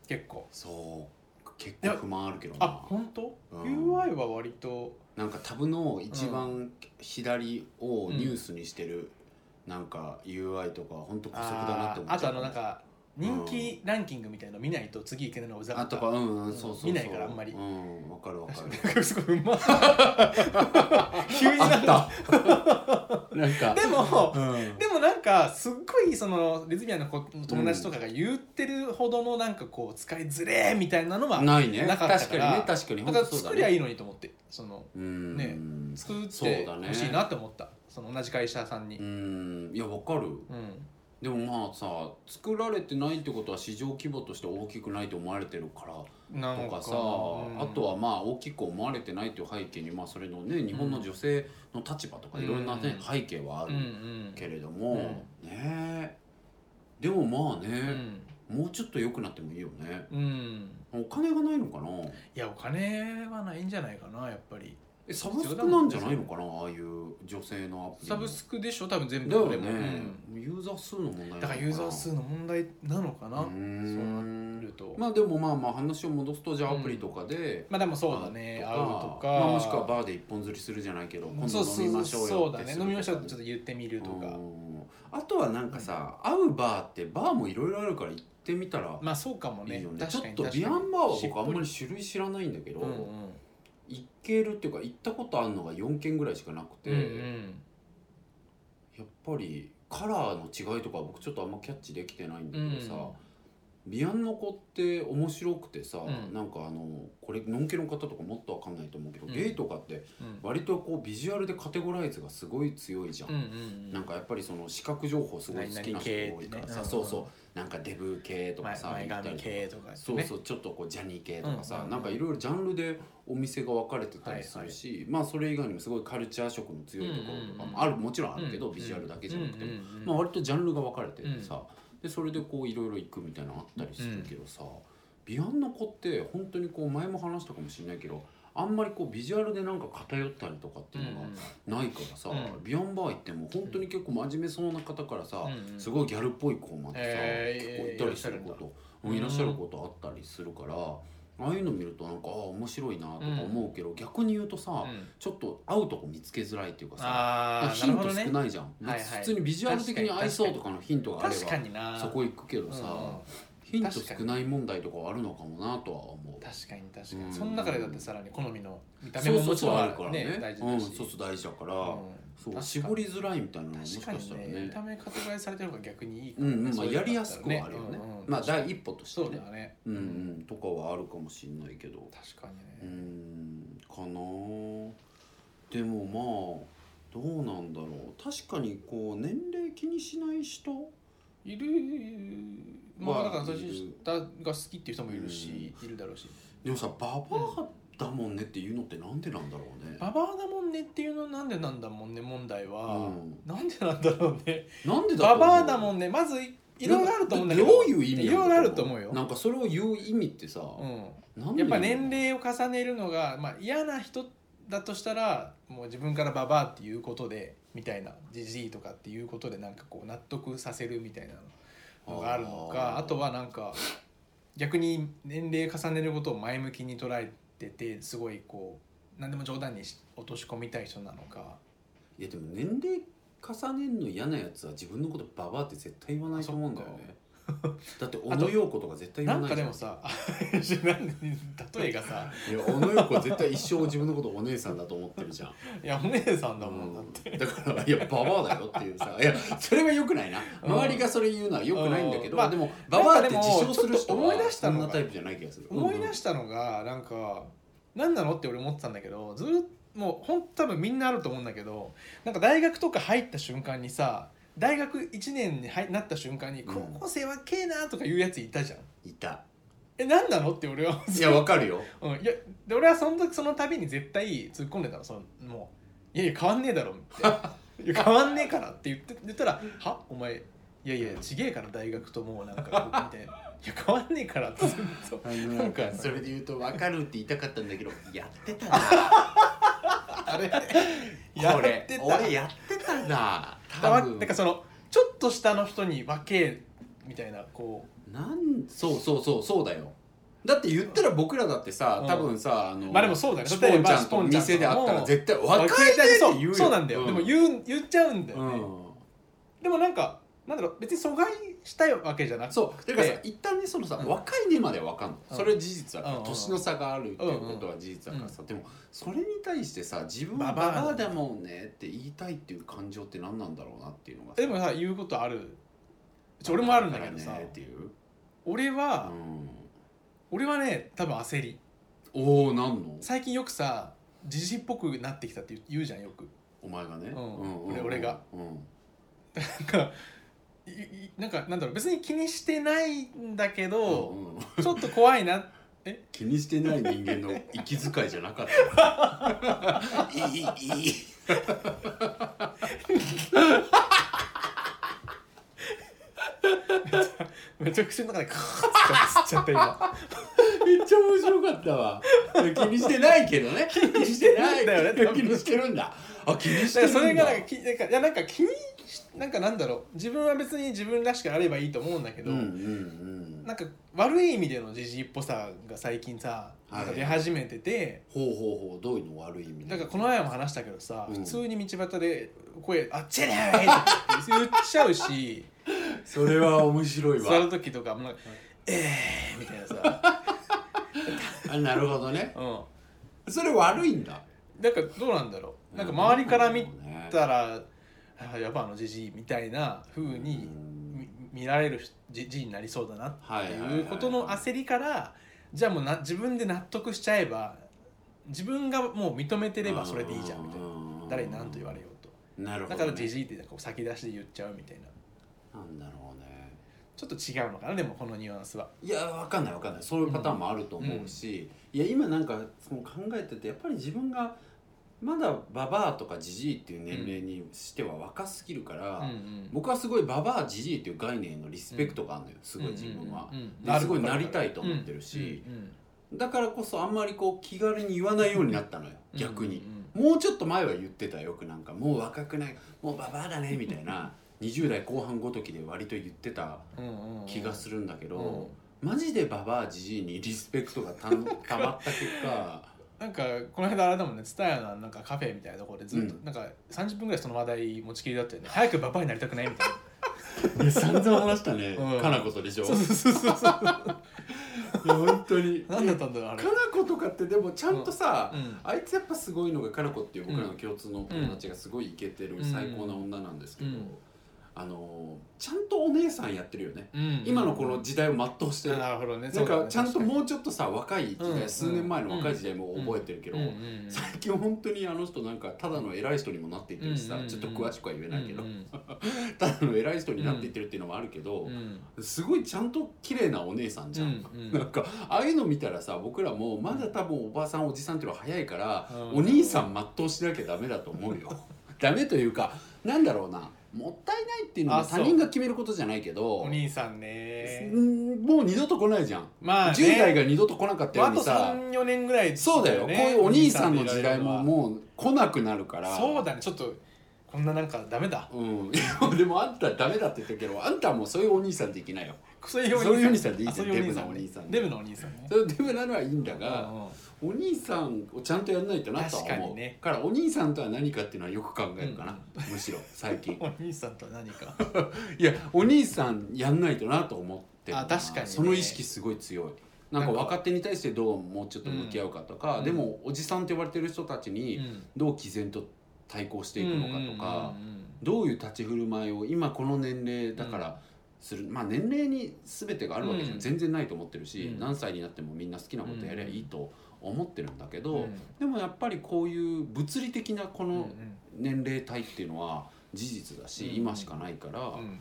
A: 結構
B: そう結構不満あるけど
A: あ
B: な
A: 本当、
B: うん
A: UI は割と
B: なんかタブの一番左をニュースにしてる、なんか UI とか本当古速だなって思っちゃう
A: あーあとあのなんか人気ランキングみたいの見ないと次いけないのうざか
B: あ
A: っ
B: と
A: た
B: かうんうんそうそうそう
A: 見ないからあんまり
B: うんわかるわかる
A: すごいうまい (laughs) 急になん
B: あ
A: か (laughs)
B: ったなんか
A: でも
B: うん
A: でもなんかすっごいそのレズビアンの子の友達とかが言ってるほどのなんかこう使いづれーみたいなのは
B: ないね
A: な
B: 確
A: かっ
B: か
A: た
B: に
A: か
B: ね
A: ら
B: 確かに
A: だ
B: 本
A: から
B: 当そうだ
A: 作りゃ
B: ね
A: いいのにと思ってその
B: うん
A: ね作っ
B: そう
A: て
B: だね
A: ほしいなって思ったその同じ会社さんに
B: う。んいやわかる
A: うん
B: でもまあさ作られてないってことは市場規模として大きくないと思われてるから
A: な
B: と
A: の
B: かさ
A: うん
B: あとはまあ大きく思われてないっていう背景にまあそれのね日本の女性の立場とかいろんなね
A: うん
B: 背景はあ
A: うんう
B: る
A: ん
B: けれどもねでもまあ
A: う
B: ね
A: ん
B: もうちょっと良くなってもいいよね
A: うん
B: お金がないのかない
A: やお金はないんじゃないかなやっぱり
B: えサブスクなんじゃないのかなああいう女性のアプリ
A: サブスクでしょ多分全部
B: だよ
A: これも
B: ね、ユーザー数の問題なの
A: うんだからユーザー数の問題なのかな、
B: うーん
A: そうなると
B: まあでもまあまあ話を戻すとじゃあアプリとかで、
A: まあでもそうだね会うとか、
B: まあ、もしくはバーで一本釣りするじゃないけど今度
A: そうそう
B: 飲みましょうよ
A: そう
B: っ
A: だ
B: て
A: ね
B: する
A: 飲みましょうってちょっと言ってみるとか、
B: うんあとはなんかさ、合うバーってバーもいろいろあるから行ってみたら
A: まあそうかも
B: い
A: ね
B: いよねちょ
A: 確か
B: っ
A: に
B: と
A: 確かに
B: ビアンバーは
A: しっ
B: 僕あ
A: ぽ
B: んまり種類知らないんだけど、
A: うんうん
B: 行けるっていうか行ったことあるのが4軒ぐらいしかなくて、
A: うんうん
B: やっぱりカラーの違いとかは僕ちょっとあんまキャッチできてないんだけどさ、
A: うん
B: ビアンの子って面白くてさ、
A: うん
B: なんかあのこれのんけの方とかもっとわかんないと思うけど、
A: うん
B: ゲイとかって
A: うん
B: 割とこうビジュアルでカテゴライズがすごい強いじゃん。
A: うんうん
B: なんかやっぱりその視覚情報すごい好きな人が多いから
A: 何々系って
B: さ、
A: ねうん
B: そうそうなんかデブ系とか
A: 前
B: さ
A: 前
B: 言ったり
A: 髪
B: とか
A: 系とかね
B: そうそうちょっとこうジャニー系とかさ、
A: うんうんうん
B: なんかいろいろジャンルでお店が分かれてたりするし、まあそれ以外にもすごいカルチャー色の強いところとかもある、もちろんあるけど、
A: うん
B: ビジュアルだけじゃなくても、
A: うんうんうん
B: まあ、割とジャンルが分かれててさ、でそれでこういろいろ行くみたいなのあったりするけどさ、ビアンの子って本当にこう前も話したかもしれないけどあんまりこうビジュアルでなんか偏ったりとかっていうのがないからさ、
A: うん
B: ビアンバー行っても本当に結構真面目そうな方からさ、
A: うんうん
B: すごいギャルっぽい子までさ、
A: えー
B: 結構いたりすること、うんい
A: い
B: ら
A: ら
B: っ
A: っ
B: し
A: し
B: ゃ
A: ゃ
B: る
A: るんだ
B: ことあったりするから、ああいうの見るとなんかああ面白いなとか思うけど、逆に言うとさ、
A: うん
B: ちょっと会うとこ見つけづらいっていうかさ
A: ああ
B: ヒ
A: なる
B: ン
A: ほ
B: ト
A: ど
B: 少
A: ね
B: ないじゃん、
A: はいはい
B: 普通にビジュアル的に合いそうとかのヒントがあれ
A: 確か
B: ば
A: にな
B: そこ行くけどさ、
A: うんうん
B: ひヒント少ない問題とかはあるのかもなとは思う
A: 確かに確か
B: うん
A: にその中でだってさらに好みの見た目
B: そう
A: も
B: そ
A: も
B: う
A: ち
B: そう
A: ろん
B: あ
A: あ
B: る
A: る
B: か
A: からら
B: ね
A: ね大事
B: う
A: だ
B: ん、
A: し、
B: そうそう大事だから、
A: うん
B: そ
A: 確か
B: う
A: に
B: 絞りづらいみたいなのももし
A: 確
B: か
A: か
B: し
A: に
B: たら
A: ね
B: ね
A: 見た目カテゴライズされてる方が逆にいい
B: う
A: かもね
B: んうんまあ、
A: そういうの
B: やりやすくはあるよね
A: うんうん
B: まあ第一歩として
A: そうだ
B: ね
A: よね
B: うんうんとかはあるかもしんないけど
A: 確かに
B: うー
A: ね、
B: んかなあでもまあどうなんだろう確かにこう年齢気にしない人
A: いるまあだから
B: まあいる
A: 年下が好きっていう人もいるし、いるだろうし
B: でもさババアだもんねっていうのってなんでなんだろうね、
A: ババアだもんねっていうのなんでなんだもんね問題
B: う
A: は、
B: ん
A: なんでなんだろうね
B: なんでだと
A: バ
B: 思う
A: バアだもんねまずいいろいろあると思うんだけど
B: どういう意味
A: いろいろあると思うよ
B: なんかそれを言う意味ってさ、
A: うん
B: なんで
A: やっ
B: なん
A: ぱ
B: だろう
A: 年齢を重ねるのが、まあ、嫌な人だとしたらもう自分からババアっていうことでみたいなじじいとかっていうことでなんかこう納得させるみたいなのがあるの
B: あ
A: か
B: ー
A: あとはなんか逆に年齢重ねることを前向きに捉えててすごいこう何でも冗談にし落とし込みたい人なのか
B: いやでも年齢重ねるの嫌なやつは自分のことババアって絶対言わないと思うんだよねだって小野陽子とか絶対言
A: な
B: わ
A: ん
B: ない
A: か
B: じ
A: で
B: ゃ
A: もさなんで (laughs) 例えがさ
B: いや小野洋子は絶対一生自分のことお姉さんだと思ってる
A: (laughs)
B: じゃん
A: いやお姉さんだもんだって。
B: うんだからいやババアだよっていうさいやそれはよくないな
A: うん
B: 周りがそれ言うのはよくないんだけど、
A: うんまあ
B: でもババアって
A: なん
B: 自
A: かでも
B: 称する
A: ちょ
B: 人
A: っと
B: は
A: 思い出した
B: そん
A: の
B: な
A: が
B: タイプじゃない気がする
A: 思い出したのがなんか何なのって俺思ってたんだけどずっともうほんと多分みんなあると思うんだけどなんか大学とか入った瞬間にさ大学1年に入なった瞬間に
B: うん
A: 高校生はけえなとか言うやついたじゃん。
B: うんいた
A: え何なのって俺は (laughs)
B: いやわかるよ
A: うんいやで俺はその時その度に絶対突っ込んでたのそのもう「いやいや変わんねえだろ」って「い (laughs) や変わんねえから」って言って言ったら「はお前いやいやちげえから大学ともうなんか」みたいな「いや変わんねえから」ってずっと
B: なんん
A: か
B: かそれで言うとわかるって言いたかったんだけどやってた
A: (laughs) あれ
B: なこ
A: や
B: れ
A: ってた
B: 俺やってたな
A: た
B: 多
A: わなん
B: 分
A: かそのちょっと下の人に分けみたいなこ
B: なんそうそうそうそうだよだって言ったら僕らだってさ
A: うん
B: 多分さあの
A: まあでもそうだよ
B: スポーンちゃん
A: スポ
B: と
A: ーンちゃんと
B: 店で会ったら絶対
A: う
B: 若いねって言う
A: そ
B: よ
A: うそうなんだよ、でも言う言っちゃうんだ
B: う
A: よね、
B: ん
A: でもなんかなんだろう別に阻害したいわけじゃなくて
B: そうだからさ一旦ねそのさ、
A: うん
B: 若いねまでは分かんの、
A: うん
B: それは事実だから、
A: うん
B: 年の差があるっていうことは事実だからさ、でもそれに対してさ自分はバ
A: ババアだ
B: バアだもんねって言いたいっていう感情って何なんだろうなっていうのがさ
A: でもさ言うことあるちょ俺もあるんだけどさ、
B: ババアねっていう、
A: 俺は、
B: うん、
A: 俺はね多分焦り
B: おおなんの
A: 最近よくさじじっぽくなってきたって言う言うじゃんよく
B: お前がね、
A: うん俺俺が、
B: うん、
A: なんかいいなんかなんだろう別に気にしてないんだけ
B: う
A: ど、
B: んうん
A: ちょっと怖いな
B: 気にしてない人間の息遣いじゃなかった
A: (laughs)
B: いいいいいい
A: めちゃくちゃの中で (laughs) カーッて吸っちゃった今
B: めっちゃ面白かったわ気にしてないけどね気にしてない
A: んだよね多分
B: 気にしてるんだあ気にし
A: だ
B: て
A: か
B: るんだ
A: らそれがなんかきなんかいやなんか気にしなんかなんだろう自分は別に自分らしくあればいいと思うんだけど、
B: うんうんうん
A: なんか悪い意味でのじじいっぽさが最近さ
B: はい
A: なんか出始めてて、
B: ほうほうほうどういうの悪い意味
A: なんかこの前も話したけどさ、
B: うん
A: 普通に道端で声「あっちねー!」って言っちゃ
B: (laughs)
A: うし
B: それは面白い
A: 座
B: わ
A: る時とかもなんか「えー!」みたい
B: (laughs)
A: なさ、
B: あなるほどね
A: うん、
B: それ悪いんだ
A: なんかどうなんだろうなんか周りから見
B: 見
A: たら「あやっぱあのじじい」みたいな風にみ見られるじじいになりそうだなっ
B: は
A: て
B: いはい
A: いうことの焦りからじゃあもうな自分で納得しちゃえば自分がもう認めて
B: て
A: ればそれでいいじゃんみたいな誰に何と言われようと
B: なるほど
A: だ
B: ね
A: からじじいってなんか先出しで言っちゃうみたいな
B: なんだろうね
A: ちょっと違うのかなでもこのニュアンスは。
B: いやわかんないわかんないそういうパターンもあると思うし、いや今なんかその考えててやっぱり自分がまだババアとかジジイっていう年齢にしては若すぎるから、
A: うんうん
B: 僕はすごいババアジジイっていう概念へのリスペクトがあるのよすごい自分は
A: う、んうんうん
B: で
A: ある
B: すごいなりたいと思ってるし
A: うんうんうん
B: だからこそあんまりこう気軽に言わないようになったのよ逆に
A: う、ん
B: もうちょっと前は言ってたよよくなんかもう若くないもうババアだねみたいな (laughs) 20代後半ごときで割と言ってた
A: うんうん
B: 気がするんだけど、
A: うん
B: マジでババアじじいにリスペクトがた
A: (laughs)
B: んたまった結果
A: なんかこの間あれだもんね蔦屋のなんかカフェみたいなところでずっと、
B: う
A: なんか30分ぐらいその話題持ちきりだったよね早くババアになりたくないみたいな
B: いや散々話したね、
A: うん
B: かなことでしょ
A: そうそうそうそう
B: いや本当に
A: 何だったんだろうあ
B: か
A: れ
B: なことかってでもちゃんとさ、
A: うん
B: あいつやっぱすごいのがかなこっていう僕らの共通の友達がすごいイケてる
A: うん
B: 最高な女なんですけど、
A: うん
B: あのーちゃんとお姉さんやってるよね、
A: うん
B: 今のこの時代を全うしてる、
A: なるほどね
B: なんかちゃんと
A: う
B: もうちょっとさ若い時代、
A: うん
B: 数年前の若い時代も覚えてるけ
A: け
B: ど、
A: うんうん
B: 最近本当にあの人なんかただの偉い人にもなっていってるしさ、
A: うん
B: ちょっと詳しくは言えないけど、
A: うん
B: ただの偉い人になっていってるっていうのもあるけど、
A: うん
B: すごいちゃんと綺麗なお姉さんじゃん、
A: うん
B: なんかああいうの見たらさ僕らもまだ多分おばさんおじさんっていうのは早いから、
A: うん
B: お兄さん全うしなきゃダメだと思うよダメというかなんだろうなもったいないっていうのは
A: あそ
B: 他
A: う
B: 人が決めることじゃないけど
A: お兄さんね
B: うんもう二度と来ないじゃん、
A: まあね
B: 10代が二度と来なかったよ
A: あ
B: うに
A: と
B: さ
A: 34年ぐらい
B: そうだよこういうお兄さんの時代も
A: う
B: もう来なくなるから
A: そうだねちょっとこんななんかダメだ
B: うん、 (laughs) いやでもあんたダメだって言ったけどあんたはもうそういうお兄さんでいきなよ
A: そういう
B: そういうお兄さんでいい
A: あ
B: ぜ
A: そういう
B: デブのお兄さんで
A: デブのお兄さんね
B: それでもなのはいいんだが、
A: うんうん
B: お兄さんをちゃんとやらないとなとは
A: 確か
B: 思う
A: にね
B: からお兄さんとは何かっていうのはよく考えるかな、むしろ最
A: (laughs)
B: 近
A: お兄さんとは何か
B: いやお兄さんやんないとなと思ってるな
A: あ確かにね
B: その意識すごい強いなんか
A: なんか
B: 若手に対してどうもうちょっと向き合うかとか、
A: うん
B: でもおじさんと呼ばれてる人たち
A: うん
B: にどう毅然と対抗していくのかとか、
A: うんうんうん
B: どういう立ち振る舞いを今この年齢だからする、まあ年齢に全てがあるわけじゃ
A: うん
B: 全然ないと思ってるし、
A: うん
B: 何歳になってもみんな好きなことやりゃいいと思ってるんだけど、
A: うん
B: でもやっぱりこういう物理的なこ
A: うん
B: の年齢帯っていうのは事実だし、
A: うん
B: 今しかないから、
A: うん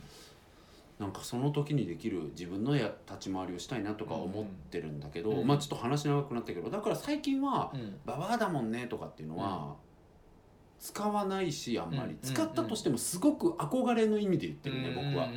B: なんかその時にできる自分のや立ち回りをしたいなとか思ってるんだけど、
A: うん
B: まあちょっと話長くなったけどだから最近は
A: うん
B: 「ババアだもんね」とかっていうのは。使わないしあんまり、
A: うん
B: 使ったとしてもすごく憧れの意味で言ってるね、僕は、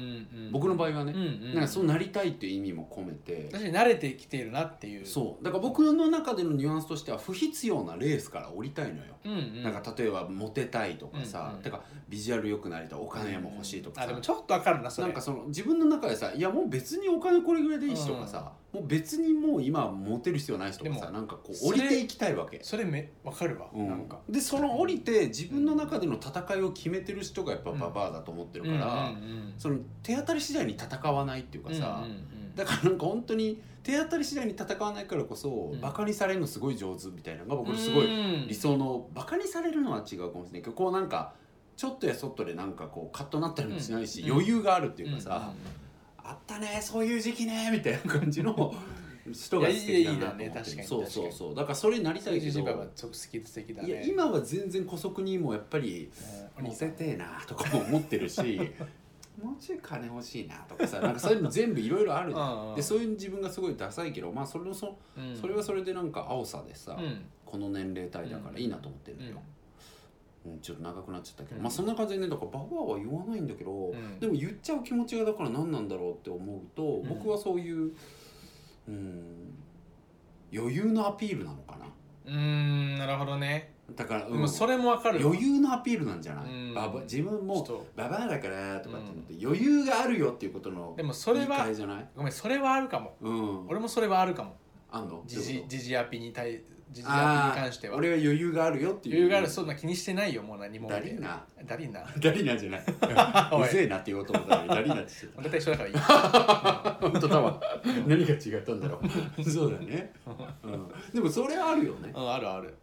B: 僕の場合はね
A: うんうん
B: なんかそうなりたいっていう意味も込めて、
A: 確かに慣れてきているなっていう
B: そうだから僕の中でのニュアンスとしては不必要なレースから降りたいのよ、
A: うんうん
B: なんか例えばモテたいとかさ、
A: うんうん
B: てかビジュアル良くなりたいお金も欲しいとか
A: あ
B: さ、
A: でもちょっとわかるなそれ
B: なんかその自分の中でさいやもう別にお金これぐらいでいいしとかさ、もう別にもう今モテる必要ないしとか
A: で
B: さ
A: も
B: なんかこう
A: そ
B: 降
A: れ
B: りていきたいわけ。
A: それめわかるわ、
B: うん
A: なんか
B: でその降りて自分の中での戦いを決めてる人がやっぱババアだと思ってるから、
A: うんうんうん
B: その手当たり次第に戦わないっていうかさ、
A: うんうんうん
B: だからなんか本当に手当たり次第に戦わないからこそ、
A: ん
B: バカにされるのすごい上手みたいなのが僕すごい
A: うん
B: 理想のバカにされるのは違うかもしれないけどこうなんかちょっとやそっとでなんかこうカッとなったりもしないし、
A: うん
B: 余裕があるっていうか
A: うんうん
B: さ
A: うん、
B: あったねそういう時期ねみたいな感じの人が素敵だなと思って
A: いやいいねいいね
B: る
A: 確かに
B: そうそうそうだからそれになりた
A: そうい
B: いうけ
A: ジ
B: ど、
A: バは直接的だね
B: いや今は全然姑息にもやっぱり
A: うん
B: モテてえなとかも思ってるし
A: (laughs)
B: もうちょい金欲しいなとかさなんかそういうの全部いろいろあるじゃん
A: うんうん
B: でそういう自分がすごいダサいけどまあそれのそ
A: うん
B: それはそれでなんか青さでさ、
A: うん
B: この年齢帯だからいいなと思ってるんだよ、うんちょっと長くなっちゃったけど、まあそんな感じでねだからババアは言わないんだけど、
A: ん
B: でも言っちゃう気持ちがだから何なんだろうって思うと、
A: ん
B: 僕はそういううん余裕のアピールなのかな
A: うーんなるほどね、
B: だから、
A: でもそれもわかる
B: 余裕のアピールなんじゃない、
A: うん
B: ババ自分
A: ちょっ
B: も
A: と
B: ババアだからとかって思って、余裕があるよっていうことの
A: でもそ
B: 言
A: れ
B: い換
A: は
B: えじゃない
A: ごめんそれはあるかも
B: うん
A: 俺もそれはあるかも
B: あんの
A: ジ
B: どういう
A: ジ
B: こと
A: ジジアピに対ジジア
B: あ
A: ピ
B: あ
A: に関しては
B: 俺は余裕があるよっていう
A: 余裕があるそんな気にしてないよもう何も
B: ダリー
A: (laughs)
B: ナ
A: ダリ
B: (laughs)
A: ーナ
B: ダリーナじゃない
A: (laughs) おいう
B: ぜえなって言おうと思ったのにダリーナって
A: (laughs)
B: 言って
A: 絶対一緒だからいい
B: た本当だわ何が違ったんだろうそうだ
A: (laughs)
B: ね、うん、でもそれはあるよね、
A: うんあるある、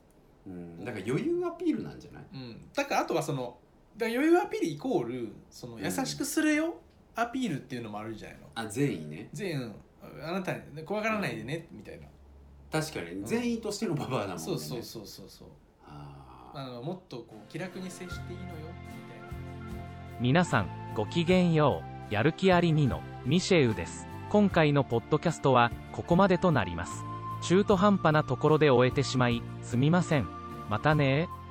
B: うん、だから余裕アピールなんじゃない
A: うん、だからあとはそのだから余裕アピールイコールその
B: ん
A: 優しくするよ、アピールっていうのもあるんじゃないの
B: あ善意ね
A: 全員あなたに怖がらないでね、みたいな
B: 確かに善意としてのババアだもんね
A: そうそうそうそうそう
B: あー
A: あのもっとこう気楽に接していいのよみたいな
C: 皆さんごきげんようやる気あり2のミシェウです今回のポッドキャストはここまでとなります中途半端なところで終えてしまいすみませんまたねー